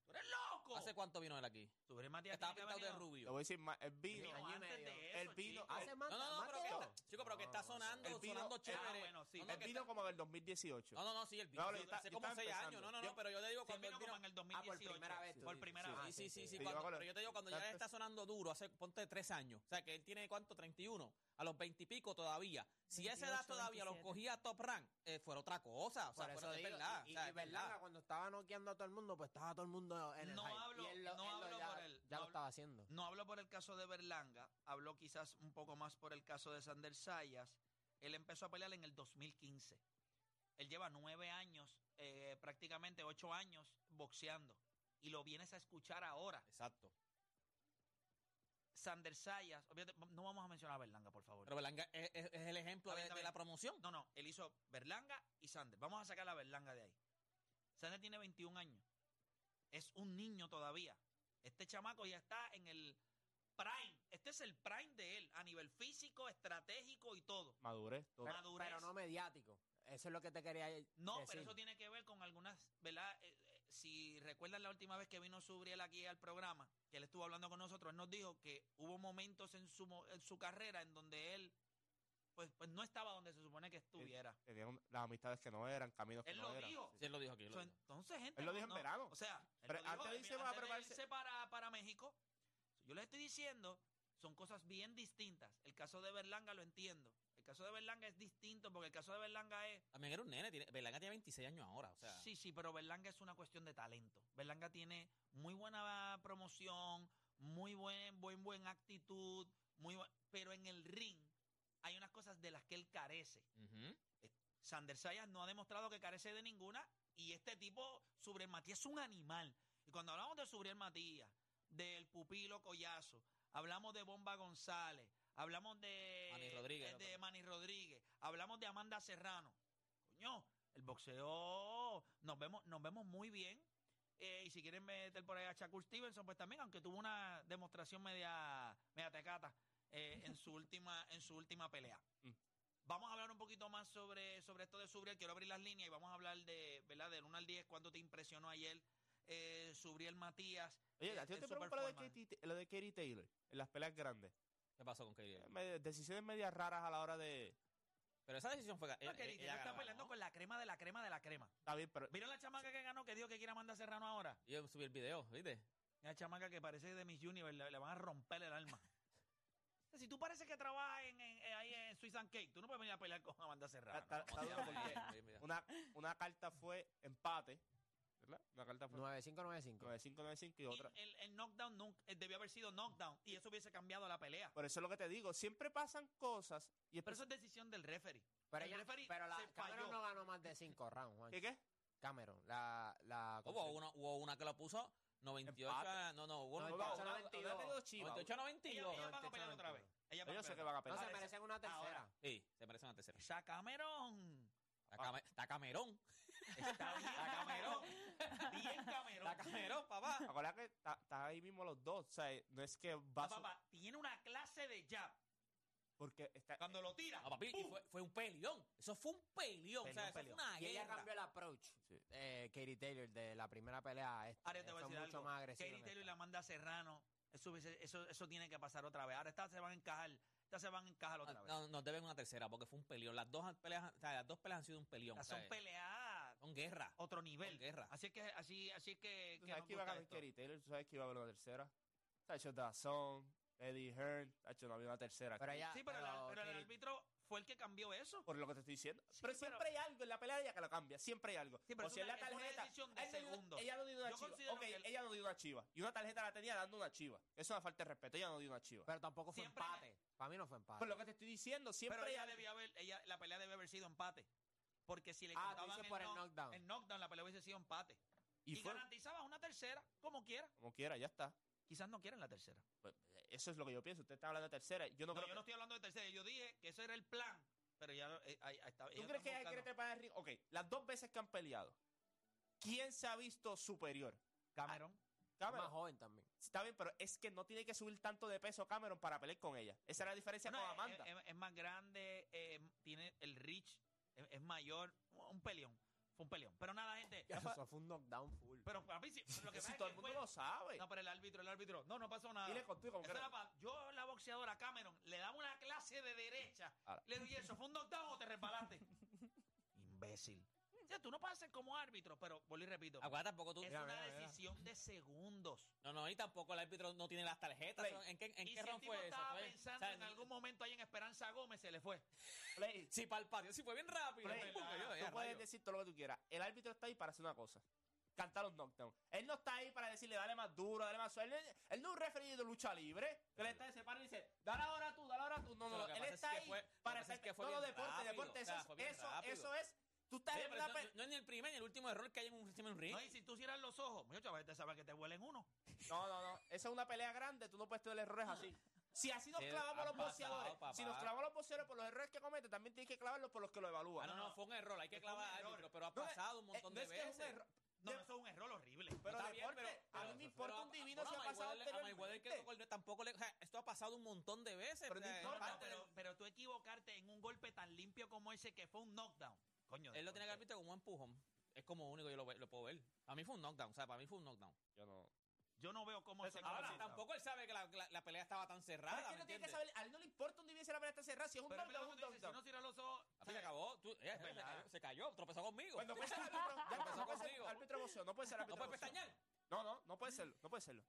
¡Tú eres loco!
¿Hace cuánto vino él aquí?
Sobre Matías
Estaba
tiene que
pintado de
haber venido-
Te
rubio.
voy a decir más. El vino.
Vino
Año y
antes
medio.
de eso,
El vino-
chico.
Hace más,
No, no, no,
más
pero
que
que
yo.
está, chico, pero que está sonando,
El vino-
sonando
Ah,
chévere.
Ah, bueno, sí.
No, no,
El
que
vino
está-
como en el 2018.
No, no, no, sí, el vino.
No, yo
hace
estaba- yo
como
estaba
6 años.
empezando.
No, no, no,
Yo-
pero yo te digo,
Sí,
cuando él
vino como en el
Ah, por
2018.
primera vez. tú
Por
dices.
primera
Ah,
vez.
Sí, sí, sí, sí.
yo me
cuando-
acuerdo.
pero yo te digo, cuando ya
Tanto-
está sonando duro, hace, ponte tres años. O sea, que él tiene, ¿cuánto? 31. A los 20 y pico todavía. Si esa edad
28,
todavía lo
27.
cogía top rank, eh, fuera otra cosa. O sea,
Por
fuera
eso
de
digo,
verdad.
y,
o sea,
y
es verdad.
Berlanga cuando estaba noqueando a todo el mundo, pues estaba todo el mundo en el
No
hype.
hablo-
Y él lo-
no
él lo
hablo
ya,
por él,
Ya
no
lo
hablo-
estaba haciendo.
No hablo por el caso de Berlanga, habló quizás un poco más por el caso de Sander Sayas. Él empezó a pelear en el 2015. Él lleva nueve años, eh, prácticamente ocho años boxeando. Y lo vienes a escuchar ahora.
Exacto.
Sander Sayas, obviamente, no vamos a mencionar a Berlanga, por favor.
Pero Berlanga es, es- es el ejemplo
Está
de,
bien, está
de
bien.
la promoción.
No, no, él hizo Berlanga y Sander. Vamos a sacar a Berlanga de ahí. Sander tiene 21 años. Es un niño todavía. Este chamaco ya está en el prime. Este es el prime de él, a nivel físico, estratégico y todo.
Madurez. todo.
Pero,
madurez.
pero no mediático. Eso es lo que te quería decir.
No, pero eso tiene que ver con algunas, ¿verdad? Eh, eh, si recuerdan la última vez que vino Subriel aquí al programa, que él estuvo hablando con nosotros, él nos dijo que hubo momentos en su, mo- en su carrera en donde él pues, pues no estaba donde se supone que estuviera.
Tenían las amistades que no eran, caminos que
Él
no
lo
eran.
dijo.
Sí, él lo dijo aquí. él lo
So,
dijo.
entonces, gente.
Él lo
no-
dijo en
no-
verano.
O sea, él
Pero
lo dijo,
antes de
eh,
irse
mira,
va a
antes de
prepararse-
irse para, para México, yo le estoy diciendo, son cosas bien distintas. El caso de Berlanga lo entiendo. El caso de Berlanga es distinto porque el caso de Berlanga es.
También era un nene, tiene, Berlanga tiene 26 años ahora, o sea.
sí, sí, pero Berlanga es una cuestión de talento. Berlanga tiene muy buena promoción, muy buen, buen, buena actitud, muy bu- pero en el ring hay unas cosas de las que él carece.
Ujú.
Sander Sayas no ha demostrado que carece de ninguna y este tipo, Subriel Matías, es un animal. Y cuando hablamos de Subriel Matías, del pupilo Collazo, hablamos de Bomba González, hablamos de
Manny Rodríguez,
eh,
el
de
otro.
Manny Rodríguez, hablamos de Amanda Serrano. Coño, el boxeo, nos vemos, nos vemos muy bien. Eh, y si quieren meter por ahí a Shakur Stevenson, pues también, aunque tuvo una demostración media, media tecata eh, en, su última, en su última pelea.
Mm.
Vamos a hablar un poquito más sobre, sobre esto de Subriel. Quiero abrir las líneas y vamos a hablar de, ¿verdad? Del 1 al 10, cuánto te impresionó ayer eh, Subriel Matías.
Oye,
eh,
¿a ti no
en
te
su
preocupa lo de,
performance?
Katie- lo de Katie Taylor en las peleas grandes?
¿Qué pasó con Katie?
Eh, me- Decisiones medias raras a la hora de...
Pero esa decisión fue.
No, que
ella-
Katie
Eh, ella
Taylor está
ganó,
peleando
¿no?
con la crema de la crema de la crema.
Está bien, pero...
¿Vieron la chamaca que ganó que dijo que quiere Amanda Serrano ahora?
Yo subí el video, ¿viste?
Una chamaca que parece de Miss Universe, le, le van a romper el alma. O sea, si tú pareces que trabajas en, en- en- ahí en Swiss and Cake, tú no puedes venir a pelear con Amanda Serrano.
Está- está-
¿Cómo se
duro
llama?
porque
Bien, bien, bien.
Una, una carta fue empate, ¿verdad? Una carta fue
9595.
9-5-9-5 y otra.
Y el, el knockdown nunca- eh, debió haber sido knockdown y eso hubiese cambiado la pelea.
Por eso es lo que te digo, siempre pasan cosas y
Pero
espe-
eso es decisión del referee.
Pero,
el
ella-
referee
pero la
se
Cameron
falló.
no ganó más de 5 rounds, Juan.
¿Qué qué?
Cameron, la... la
Hubo una, hubo una que la puso 98 a, No, no, hubo
No,
una-
no,
Vamos,
no,
vamos,
92.
hablando de Chivas.
98 a 92.
Ella, ella va a
No,
pelear otra vez. Ella va a
Yo sé que
pelear.
van a
No, se
pensar.
merecen una tercera.
Ahora.
Sí, se merece una tercera.
Sha Cameron.
Está, Came- está Camerón.
Está bien Cameron. Bien Cameron.
Está Camerón, papá.
Acuérdate que está- está ahí mismo los dos, o sea, no es que
Ah,
va a su-
papá, tiene una clase de jab.
porque está
Cuando lo tira.
No, papi, y fue, fue un peleón. Eso fue un peleón. o sea,
Peleón,
eso fue
peleón.
una
Y ella
guerra.
cambió el approach. Eh, Katie Taylor de la primera pelea a esta.
Ahora yo te voy a
Fue
decir
mucho
algo.
más agresiva
Katie
en
Taylor y
esta.
la Amanda Serrano. Eso, hubiese- eso, eso tiene que pasar otra vez. Ahora estas se van a encajar. Estas se van a encajar otra
Ah,
vez.
No, nos deben una tercera porque fue un peleón. Las dos peleas, o sea, las dos peleas han sido un peleón.
Estas
o sea,
Ah, son Ah, peleadas
Son guerra.
otro nivel.
Con guerra.
Así es que, así, así es que,
Tú
que
sabes
nos
que iba a
gusta
ganar
esto.
Kerry Taylor, tú sabes que iba a haber una tercera. Está hecho Dazón, Eddie Hearn, está hecho no había una tercera.
Pero ella.
Sí, pero,
Ah,
la- pero el
Katie-
árbitro fue el que cambió eso.
por lo que te estoy diciendo.
Sí,
pero
pero-
siempre hay algo en la pelea de ella que lo cambia, siempre hay algo.
Sí, pero
o
es
si es
una-
la
es una
tarjeta.
decisión de
él no dio-
segundos.
Ella no dio una
Yo
chiva.
considero
Ok,
que el-
ella no dio una chiva. Y una tarjeta la tenía dando una chiva. Eso es una falta de respeto, ella no dio una chiva.
Pero tampoco fue
Siempre-
empate. Para mí no fue empate.
por lo que te estoy diciendo, siempre
Ah. Pero
hay
ella
algo.
debía haber, ella, la pelea debía haber sido empate. Porque si le
ah, tú
contaban
dices por el
knock-
knockdown.
el knockdown, la pelea hubiese sido empate.
Y,
Y,
fue
garantizabas una tercera, como quiera.
como quiera, ya está.
Quizás no quieran la tercera.
Pues, eso es lo que yo pienso. Usted está hablando de tercera. Yo no,
No,
creo
yo
que-
no estoy hablando de tercera. Yo dije que ese era el plan. Pero ya lo- eh, ahí- ahí está-
¿Tú
ellos
crees que
están
ella quiere
buscando.
trepar el ring? Ok, las dos veces que han peleado, ¿quién se ha visto superior?
Cameron.
Ah,
Es
Cameron.
más joven también.
Está bien, pero es que no tiene que subir tanto de peso Cameron para pelear con ella. Esa era la diferencia
No, eh,
con
es-
Amanda.
Es, es más grande, eh, tiene el reach, es, es mayor, un peleón. Fue un peleón. Pero nada, gente.
Eso fue un knockdown full.
Pero a mí sí, lo que
si
pasa es
todo
que
el mundo
fue-
lo sabe.
No, pero el árbitro, el árbitro. No, no pasó nada.
Dile contigo como
Eso
que
era pa- yo, la boxeadora Cameron, le daba una clase de derecha.
Ah.
Ahora.
Le doy eso. ¿Fue un knockdown o te resbalaste? Imbécil. Ya, tú no puedes ser como árbitro, pero vuelvo y repito.
Acuérdate, tampoco tú.
Es
Mira,
una
mira, mira.
decisión de segundos.
No, no, y tampoco el árbitro no tiene las tarjetas.
Play.
¿En qué, en
y
qué
si el
round
tipo
fue eso? pues?
estaba
Fue-
pensando
o sea,
en algún momento ahí en Esperanza Gómez, se le fue.
Play,
Sí, para el patio. Sí, fue bien rápido.
play.
Pum, que yo, eh,
Tú puedes
rayos.
decir todo lo que tú quieras. El árbitro está ahí para hacer una cosa. Cantar los knockdowns. Él no está ahí para decirle, dale más duro, dale más suave. Él, él no es un referee de lucha libre. Él está ahí, se para y dice, dale ahora tú, dale ahora tú. No, no,
Lo
no. Él
que pasa es
está
que
ahí
fue- lo que
para
pasa
hacer
es que fue
No, no,
bien
deporte,
rápido,
deporte.
o
Eso,
sea,
es-
fue bien
eso,
rápido.
eso es. Tú estás
Oye,
en
pero
una
no,
pe-
no es ni el primer ni el último error que hay en un, encima de un ring.
No, y si tú cierras los ojos, muchachos, chaval, te sabes que te huelen uno.
No, no, no. Esa es una pelea grande. Tú no puedes tener errores así. Si así nos
Sí,
clavamos
Eh, ha
los boxeadores,
pasado, papá.
si nos clavamos los boxeadores por los errores que cometen, también tienes que clavarlos por los que lo
Ah,
evalúan.
no, no, fue un error. Hay que
Es un
clavar al
error.
árbitro, pero ha
No,
pasado un
eh,
montón
no
de
es que es un
veces.
error.
No,
De-
eso es un error horrible.
Pero
Está bien,
deporte,
pero-
a mí
pero-
me importa
pero
un
a-
divino
bueno,
si ha
a
pasado
Mayweather- a Mayweather que
anteriormente.
no golpeó tampoco le- o sea, esto ha pasado un montón de veces.
Pero
o
no
sea, es
importa,
parte
pero,
del-
pero tú equivocarte en un golpe tan limpio como ese que fue un knockdown. Coño.
Él lo tiene
deporte.
que arbitrar como un empujón. Es como único, yo lo, ve- lo puedo ver. Para mí fue un knockdown, o sea, para mí fue un knockdown.
Yo no.
Yo no veo cómo se
Ahora,
clasifica.
tampoco él sabe que la, la- la pelea estaba tan cerrada.
Pero es que
¿me
no tiene que
entiendes?
saber, a él no le importa dónde hubiese la pelea está cerrada, si es un
Pero mira
knockdown,
lo
un
que tú dices, si no
knockdown.
cierra los ojos...
Ah, Se acabó. Tú- eh,
Es
se,
verdad.
cayó, se cayó, tropezó conmigo.
Cuando puede ser árbitro, ya
Empezó
no puede ser
contigo.
árbitro de boxeo, no puede ser
no
árbitro
puedes
de boxeo.
pestañear.
No, no, no puede serlo, no puede serlo.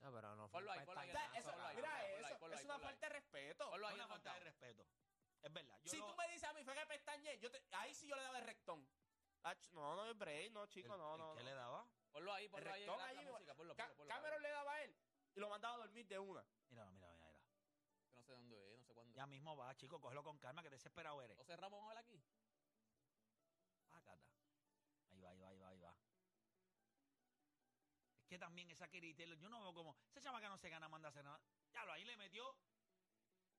No, pero no.
Ponlo ahí,
fue
ponlo ahí,
tan-
Ya, eso-
ponlo ahí,
Mira,
ponlo ahí,
eso
ponlo ahí,
es una
ponlo ahí.
falta de respeto.
Ponlo ahí
una
en el
falta de
knockdown.
respeto. Es verdad. Yo
si
no-
tú me dices a mí, fue que pestañé, yo te- ahí sí yo le daba el rectón. Ah, ch- No, no, es break, no,
el-
chico, no,
el
no.
que
no.
le daba?
Ponlo ahí, ponlo ahí. en
rectón
la-
ahí,
la
mi-
música, ponlo,
Ca-
ponlo, ponlo,
Cameron
ponlo.
le daba a él y lo mandaba a dormir de una.
Mira, mira, mira, mira.
No sé dónde es, no sé cuándo.
Ya mismo va, chico, cógelo con calma, que desesperado eres.
O cerramos, vamos a ver aquí.
Pácata. Ahí va, ahí va, ahí va, ahí va. Es que también esa Katie Taylor, yo no veo cómo. Esa chamaca no se gana, manda a nada. Ya lo, ahí le metió.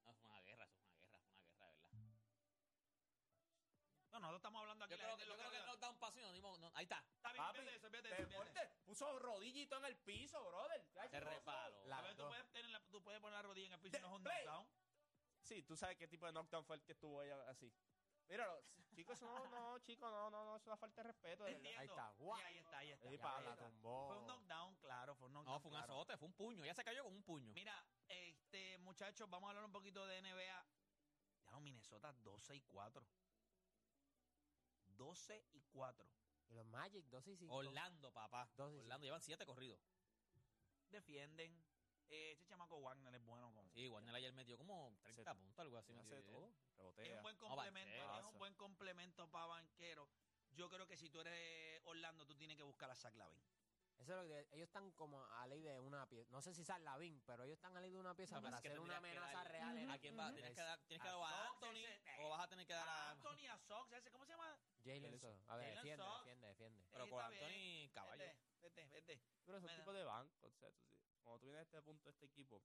No, es una guerra, eso es una guerra, es una guerra, de ¿verdad?
No, nosotros estamos hablando aquí.
Yo
la
creo,
gente
que-
lo
yo creo que
carga.
no da un paso y nos dimos. no- ahí está.
Está bien,
Papi,
vete eso, vete eso, vete eso.
Deporte, puso rodillito en el piso, brother. Ay,
Se
no,
reparó.
La-
Pero tú,
dos.
puedes tener la- tú puedes poner la rodilla en el piso y no es un
Play.
knockdown.
Sí, tú sabes qué tipo de knockdown fue el que estuvo ella así. Míralo, chicos, no, no, chico, no, no, no, es una falta de respeto. De verdad.
Ahí
Entiendo.
está, guau.
Sí, ahí está, ahí está.
Ahí
Ya,
pa-
la
Fue
tumbó.
Fue un knockdown, claro, fue un knockdown.
No, fue un
claro.
azote, fue un puño. Ella se cayó con un puño.
Mira, este, muchachos, vamos a hablar un poquito de NBA. Ya no, Minnesota 12 y 4. 12 y 4.
Y los Magic, 12 y 5.
Orlando, papá.
Dos y
Orlando, llevan siete corridos.
Defienden. Eh, este chamaco Wagner es bueno con.
Sí, Warner ayer metió como 30 puntos, algo así.
Hace de
metió.
todo,
es
rebotea.
un buen
No,
complemento.
banquero.
es un buen complemento para banquero. Yo creo que si tú eres Orlando, tú tienes que buscar a Zach Lavin.
Eso es lo que ellos están como a ley de una pieza. No sé si San Lavín, pero ellos están a ley de una pieza
Lo que
para
pasa es que
hacer una
tendrías que
amenaza
dar-
real.
¿A quién vas?
Ujú.
¿Tienes que dar, tienes que dar
A
a
Sox,
Anthony
ese-
o vas a tener que dar
A
a...
Anthony, a Sox, ese- ¿cómo se llama?
Jalen Sox. A ver,
Jalen
defiende,
Sox.
defiende, defiende.
Pero
Sí,
con
está bien. Este.
Anthony, caballo.
Vete, vete, vete.
Pero es un
Bueno.
tipo de banco, o sea, tú sí- cuando tú vienes a este punto, este equipo.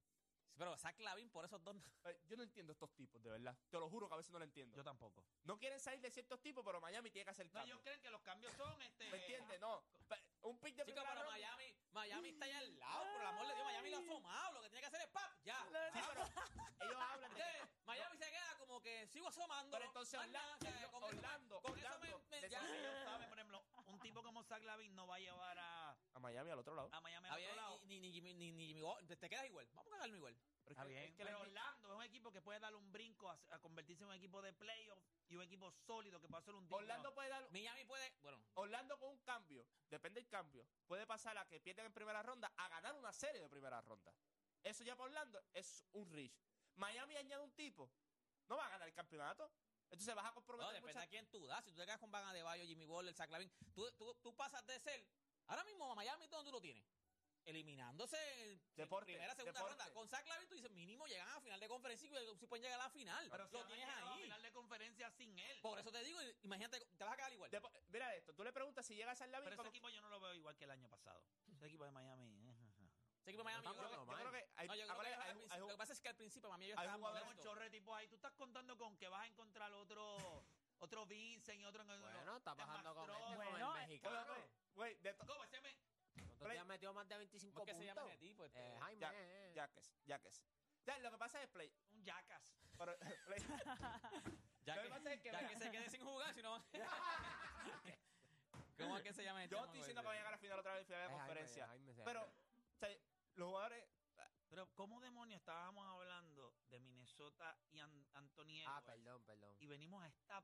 Sí, pero Zach Lavin por esos dos...
Eh, Yo no entiendo estos tipos, de verdad. Te lo juro que a veces no lo entiendo.
Yo tampoco.
No quieren salir de ciertos tipos, pero Miami tiene que hacer
No,
cambio.
ellos creen que los cambios son este.
¿Me entiendes? No. Pa- Un pick de
Chico,
primera
pero
ronda.
Miami, Miami está ahí al lado, por el amor de Dios, Miami lo ha asomado, lo que tiene que hacer es pap, ya.
Sí,
Ah,
pero ellos hablan de...
entonces, Miami se queda como que sigo asomando.
Pero entonces
más nada,
Orlando,
o sea, con eso-
Orlando,
con eso
Orlando,
me- me-
de
ya.
esos-
Ellos saben, por ejemplo, un tipo como Zach Lavin no va a llevar a,
A Miami al otro lado.
a Miami a
Está
otro
bien,
lado.
ni, ni, ni, ni, ni Jimmy Bo- te te quedas igual, vamos a cagarme igual.
Pero es
Está
que-
bien.
es que la
pero
NBA
Orlando es un equipo que puede darle un brinco a, a convertirse en un equipo de playoff y un equipo sólido que puede hacer un digno-
Orlando puede dar.
Miami puede, bueno,
Orlando con un cambio, depende del cambio, puede pasar a que pierdan en primera ronda a ganar una serie de primera ronda. Eso ya para Orlando es un rich. Miami añade un tipo, no va a ganar el campeonato. Entonces vas a
no,
comprometer
depende
mucha-
a quién tú das, si tú te quedas con Van Adebayo, Jimmy Butler, Zach Lavin, tú, tú, tú pasas de ser, ahora mismo a Miami, ¿dónde tú lo tienes? Eliminándose en
Deporte,
primera, segunda
deporte.
ronda. Con Zach Lavin tú dices, mínimo llegan a final de conferencia y si pueden llegar a la final.
Pero si
lo
han
tienes
llegado
ahí.
A final de conferencia sin él.
Por eso te digo, imagínate, te vas a quedar igual.
Depo- Mira esto, tú le preguntas si llega a San Lavín.
pero ese
como-
equipo yo no lo veo igual que el año pasado. Ese equipo de Miami. eh, ajá.
Ese equipo de Miami,
No,
Yo,
yo creo que-
no,
yo creo que hay,
no, yo creo que
acuérdate,
al
hay-
principio-
hay-
lo que pasa es que al principio Mami ellos
hay
estaban
jugadores
Tenemos un
molestos.
chorro de tipos ahí. Tú estás contando con que vas a encontrar otro, otro Vincent y otro.
Bueno, está
Demás
bajando con el,
trozo.
con el
Bueno,
mexicano.
Bueno, güey, de to-
¿Cómo ese me-
¿Cuántos días metió más de 25
¿Cómo es que se llama
puntos?
ese tipo? Este,
Eh, Jaime. eh.
Jaques, Jaques. Ya, lo que pasa es play.
Un Jackass.
pero- play-
ya,
lo
que,
que pasa es que-
ya que se quede sin jugar, si no van- ¿Cómo es que se llama este
yo
chamaco
estoy diciendo que
ese?
va a llegar a la final otra vez, final
Es
de
Jaime,
conferencia.
Jaime se
Pero,
llama.
o sea, los jugadores
Pero, ¿cómo demonios estábamos hablando de Minnesota y An- Anthony
Ah,
Edwards?
perdón, perdón.
y venimos a esta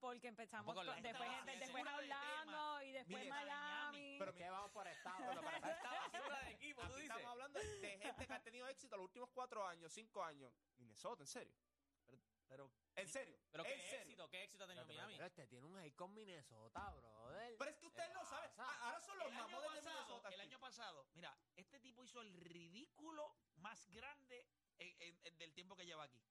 Porque empezamos
Tampoco
con-
la-
después,
estaba
de-
así,
después
segura de
Orlando y después
Mire,
Miami.
pero
Es que vamos por
Pero
estado.
para-
Esta basura de equipo, tú
Aquí
dices.
estamos hablando de de gente que ha tenido éxito los últimos cuatro años, cinco años. Minnesota, en serio.
Pero,
En serio.
Pero qué
en serio.
éxito, qué éxito ha tenido Miami.
Pero este tiene un hate con Minnesota, brother.
Pero es que ustedes
¿Qué
lo saben.
pasa?
Ah, Ahora son los
el, año
mamones de
pasado,
Minnesota.
el
aquí.
año pasado, mira, este tipo hizo el ridículo más grande en- en- en- del tiempo que lleva aquí.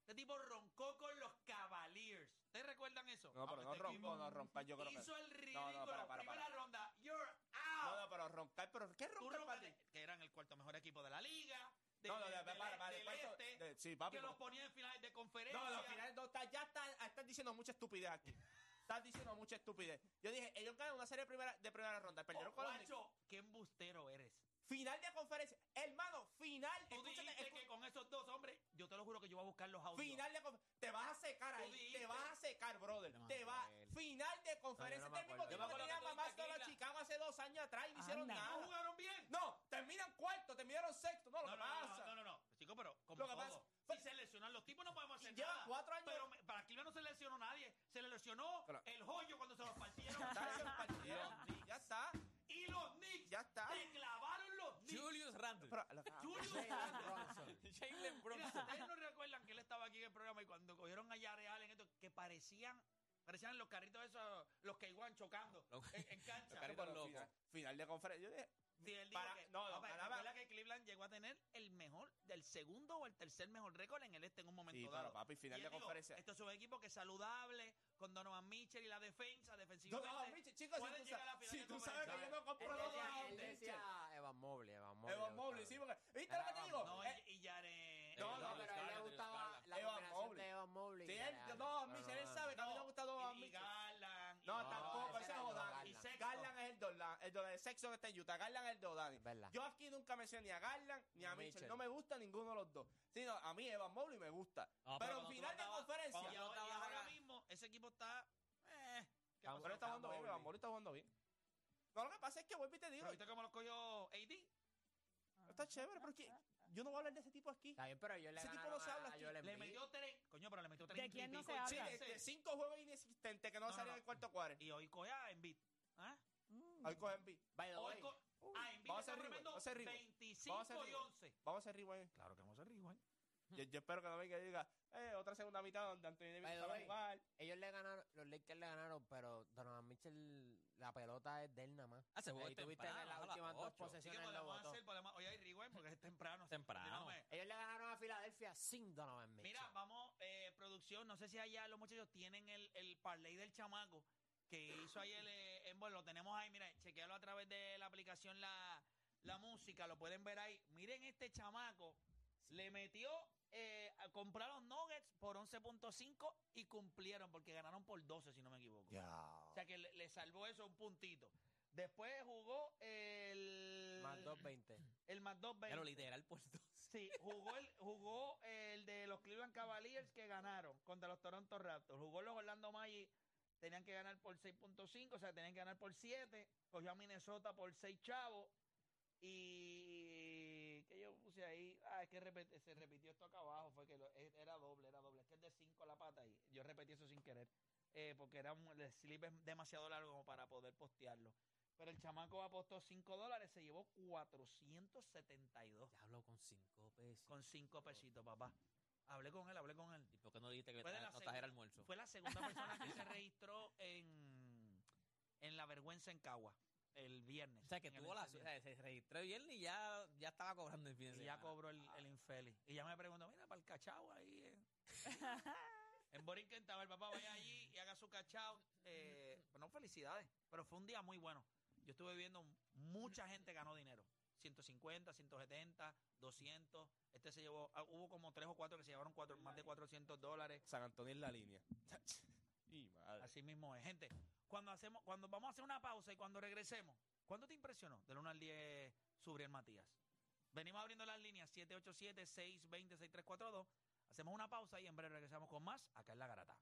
Este tipo roncó con los Cavaliers. ¿Ustedes recuerdan eso?
No, pero no
Este tipo
rompa, no rompa. Yo creo que.
Hizo el ridículo.
No, no, para, para, para.
Primera ronda, you're
No,
out.
no, pero roncar. Pero ¿qué
Tú
roncar para
roncas-
ti?
que eran el cuarto mejor equipo de la liga. de-
No, no,
de-
para,
del-
para, para.
del
después
este,
eso- de- Sí, papi.
que los
No,
ponía en finales de conferencia.
no, los finales no está- ya está- estás diciendo mucha estupidez aquí. Estás diciendo mucha estupidez. Yo dije, ellos ganan una serie de primera, de primera ronda. Perdieron
Oh,
con los
guacho, qué embustero eres.
Final de conferencia. Hermano, final.
Tú
Escúchate,
dijiste
escu-
que con esos dos hombres, yo te lo juro que yo voy a buscar los audios.
Final de conferencia. Te vas a secar
Tú
ahí.
dijiste.
Te vas a secar, brother.
No me
te va.
acuerdo.
Final de conferencia.
No, yo no me
este mismo
acuerdo.
tipo
Yo me
que
acuerdo
tenía
que tú
mamá
dijiste
toda
Cleveland.
Chicago hace dos años atrás y no hicieron
Anda.
No
nada.
jugaron bien.
No,
Pues, se le lesionó
Claro.
el joyo cuando se lo partieron.
Está bien partido. Ya está.
y los Knicks
Ya está.
le clavaron los Knicks.
Julius Randle.
Pero, lo-
Julius
Jalen
Randle.
Bronson.
Jalen
Mira,
Bronson.
ustedes no recuerdan que él estaba aquí en el programa y cuando cogieron allá Real en esto, que parecían, parecían los carritos esos, los que iban chocando
Los-
en, en cancha.
los carritos.
pero
loco.
final, final de conferencia. Yo dije,
Sí, él dijo
Para-
que,
no, no,
Papá,
para-
recuerda que Cleveland llegó a tener el mejor, del segundo o el tercer mejor récord en el este en un momento
sí,
dado.
claro, papi,
Y
final
él
de
dijo,
conferencia.
Esto es un equipo que es saludable, con Donovan Mitchell y la defensa,
No,
defensivamente.
no, Michi, chicos,
pueden
si tú,
llegar
sa-
a la final
si
de
tú sabes que yo
conferencia.
no compro
Él
los
decía-
dos
él decía Evan Mobley, Evan Mobley.
Evan
le
Mobley, sí,
gustaba.
porque. ¿Viste lo que te
Evan
digo?
No,
Eh,
y, y Jaren-
No,
No,
no,
pero a él le gustaba la
Evan
combinación
Mobley.
de Evan Mobley.
Sí,
y
él,
Allen.
no,
Pero
Michel, él
no,
sabe que a mí me gusta Donovan
y, y
Mitchell.
Garland. y-
No,
No,
tampoco,
ese
ese es
era
Dodan.
Garland.
Y Sexton.
Garland es el Dolan, el Dolan, el sexo que está en Utah. Garland es el Dodan.
Ah.
Verdad.
Yo aquí nunca mencioné ni a Garland ni a
Ni a
Mitchell.
Mitchell.
No me gusta ninguno de los dos. Sino a mí Evan Mobley me gusta.
No,
pero en
cuando tú
final de
estabas-
conferencia.
cuando
y
tú
ahora, y
estabas
ahora
acá-
mismo ese equipo está... eh, ¿qué
Estamos-
pasó?
Pero está
a
jugando bien,
Mobley.
Evan Mobley está jugando bien. No, lo que pasa es que vuelvo y te digo,
¿Pero viste cómo lo cogió AD?
está chévere, pero es que yo no voy a hablar de ese tipo aquí.
Está bien, pero yo le
Ese tipo
ganaron
no se
a-
habla
a
aquí.
Joel
Le
Embiid.
metió tres. Coño, pero le metió tres. y
quién no
pico
se
y
habla?
Sí,
seis.
habla.
de, de cinco juegos inexistentes que no,
No, no,
salieron
no.
del cuarto cuarto.
Y hoy coge a Embiid. ¿Ah?
Mm.
Hoy con Embiid.
By the
Hoy
way,
co- a Embiid
vamos a
está
hacer rewind,
promediando
vamos a hacer rewind,
25
vamos a hacer
y 11.
Vamos a hacer rewind.
Claro que vamos a hacer rewind.
Yo, yo espero que no venga y diga, eh, otra segunda mitad donde Anthony Davis
By the
no va a
way.
jugar.
ellos le ganaron, los Lakers le ganaron, pero Donovan Mitchell, la pelota es de él nada más.
Ah, se jugó
Y tuviste
temprano,
en las
a las
últimas dos
ocho.
Así que
posesiones
pues,
lo
podemos
botó.
hacer, podemos- hoy hay rewind porque es temprano. así que
Temprano.
continuamos.
Ellos le ganaron a Filadelfia sin Donovan Mitchell.
Mira, vamos, eh, producción, no sé si allá los muchachos tienen el, el parlay del chamaco que hizo ayer, eh, en- bueno, lo tenemos ahí, mira, chequealo a través de la aplicación la, la música, lo pueden ver ahí. Miren este chamaco, le metió, eh, a comprar los Nuggets por 11.5 y cumplieron porque ganaron por 12, si no me equivoco. O sea que le, le salvó eso un puntito. Después jugó el
Más 2.20.
el más
Pero
2.20.
literal por dos.
Sí, jugó el, jugó el de los Cleveland Cavaliers que ganaron contra los Toronto Raptors. Jugó los Orlando Magic, tenían que ganar por 6.5, o sea, tenían que ganar por 7. Cogió a Minnesota por 6 chavos. Y que yo puse ahí, ah, es que repet- se repitió esto acá abajo, fue que lo- e- era doble, era doble, es que es de 5 la pata y yo repetí eso sin querer, eh, porque era un, el slip es demasiado largo como para poder postearlo. Pero el chamaco apostó 5 dólares, se llevó 472
Ya hablo con cinco pesos.
con cinco pesitos, papá. Hablé con él, hablé con él.
¿Y por qué no dijiste que
Fue de
tra-
la
no trajera
segunda-
almuerzo?
Fue la segunda persona que se registró en, en la vergüenza en Cagua el viernes.
O sea, que
en el
tuvo la su- o
incendio.
sea, se registró el viernes y ya, ya estaba cobrando el fin de
Y ya
semana.
cobró el, el infeliz. Y ya me preguntó, mira, para el cachao ahí. eh". en Borinquen estaba el papá, vaya allí y haga su cachao. Eh, bueno, felicidades. Pero fue un día muy bueno. Yo estuve viendo mucha gente ganó dinero. 150, 170, 200. Este se llevó, ah, hubo como tres o cuatro que se llevaron cuatro, más de 400 dólares.
San Antonio en la línea. y madre.
Así mismo es. Gente, cuando hacemos, cuando vamos a hacer una pausa y cuando regresemos, ¿cuánto te impresionó del 1 al 10 Subriel Matías? Venimos abriendo las líneas 787-620-6342. Hacemos una pausa y en breve regresamos con más acá en La Garata.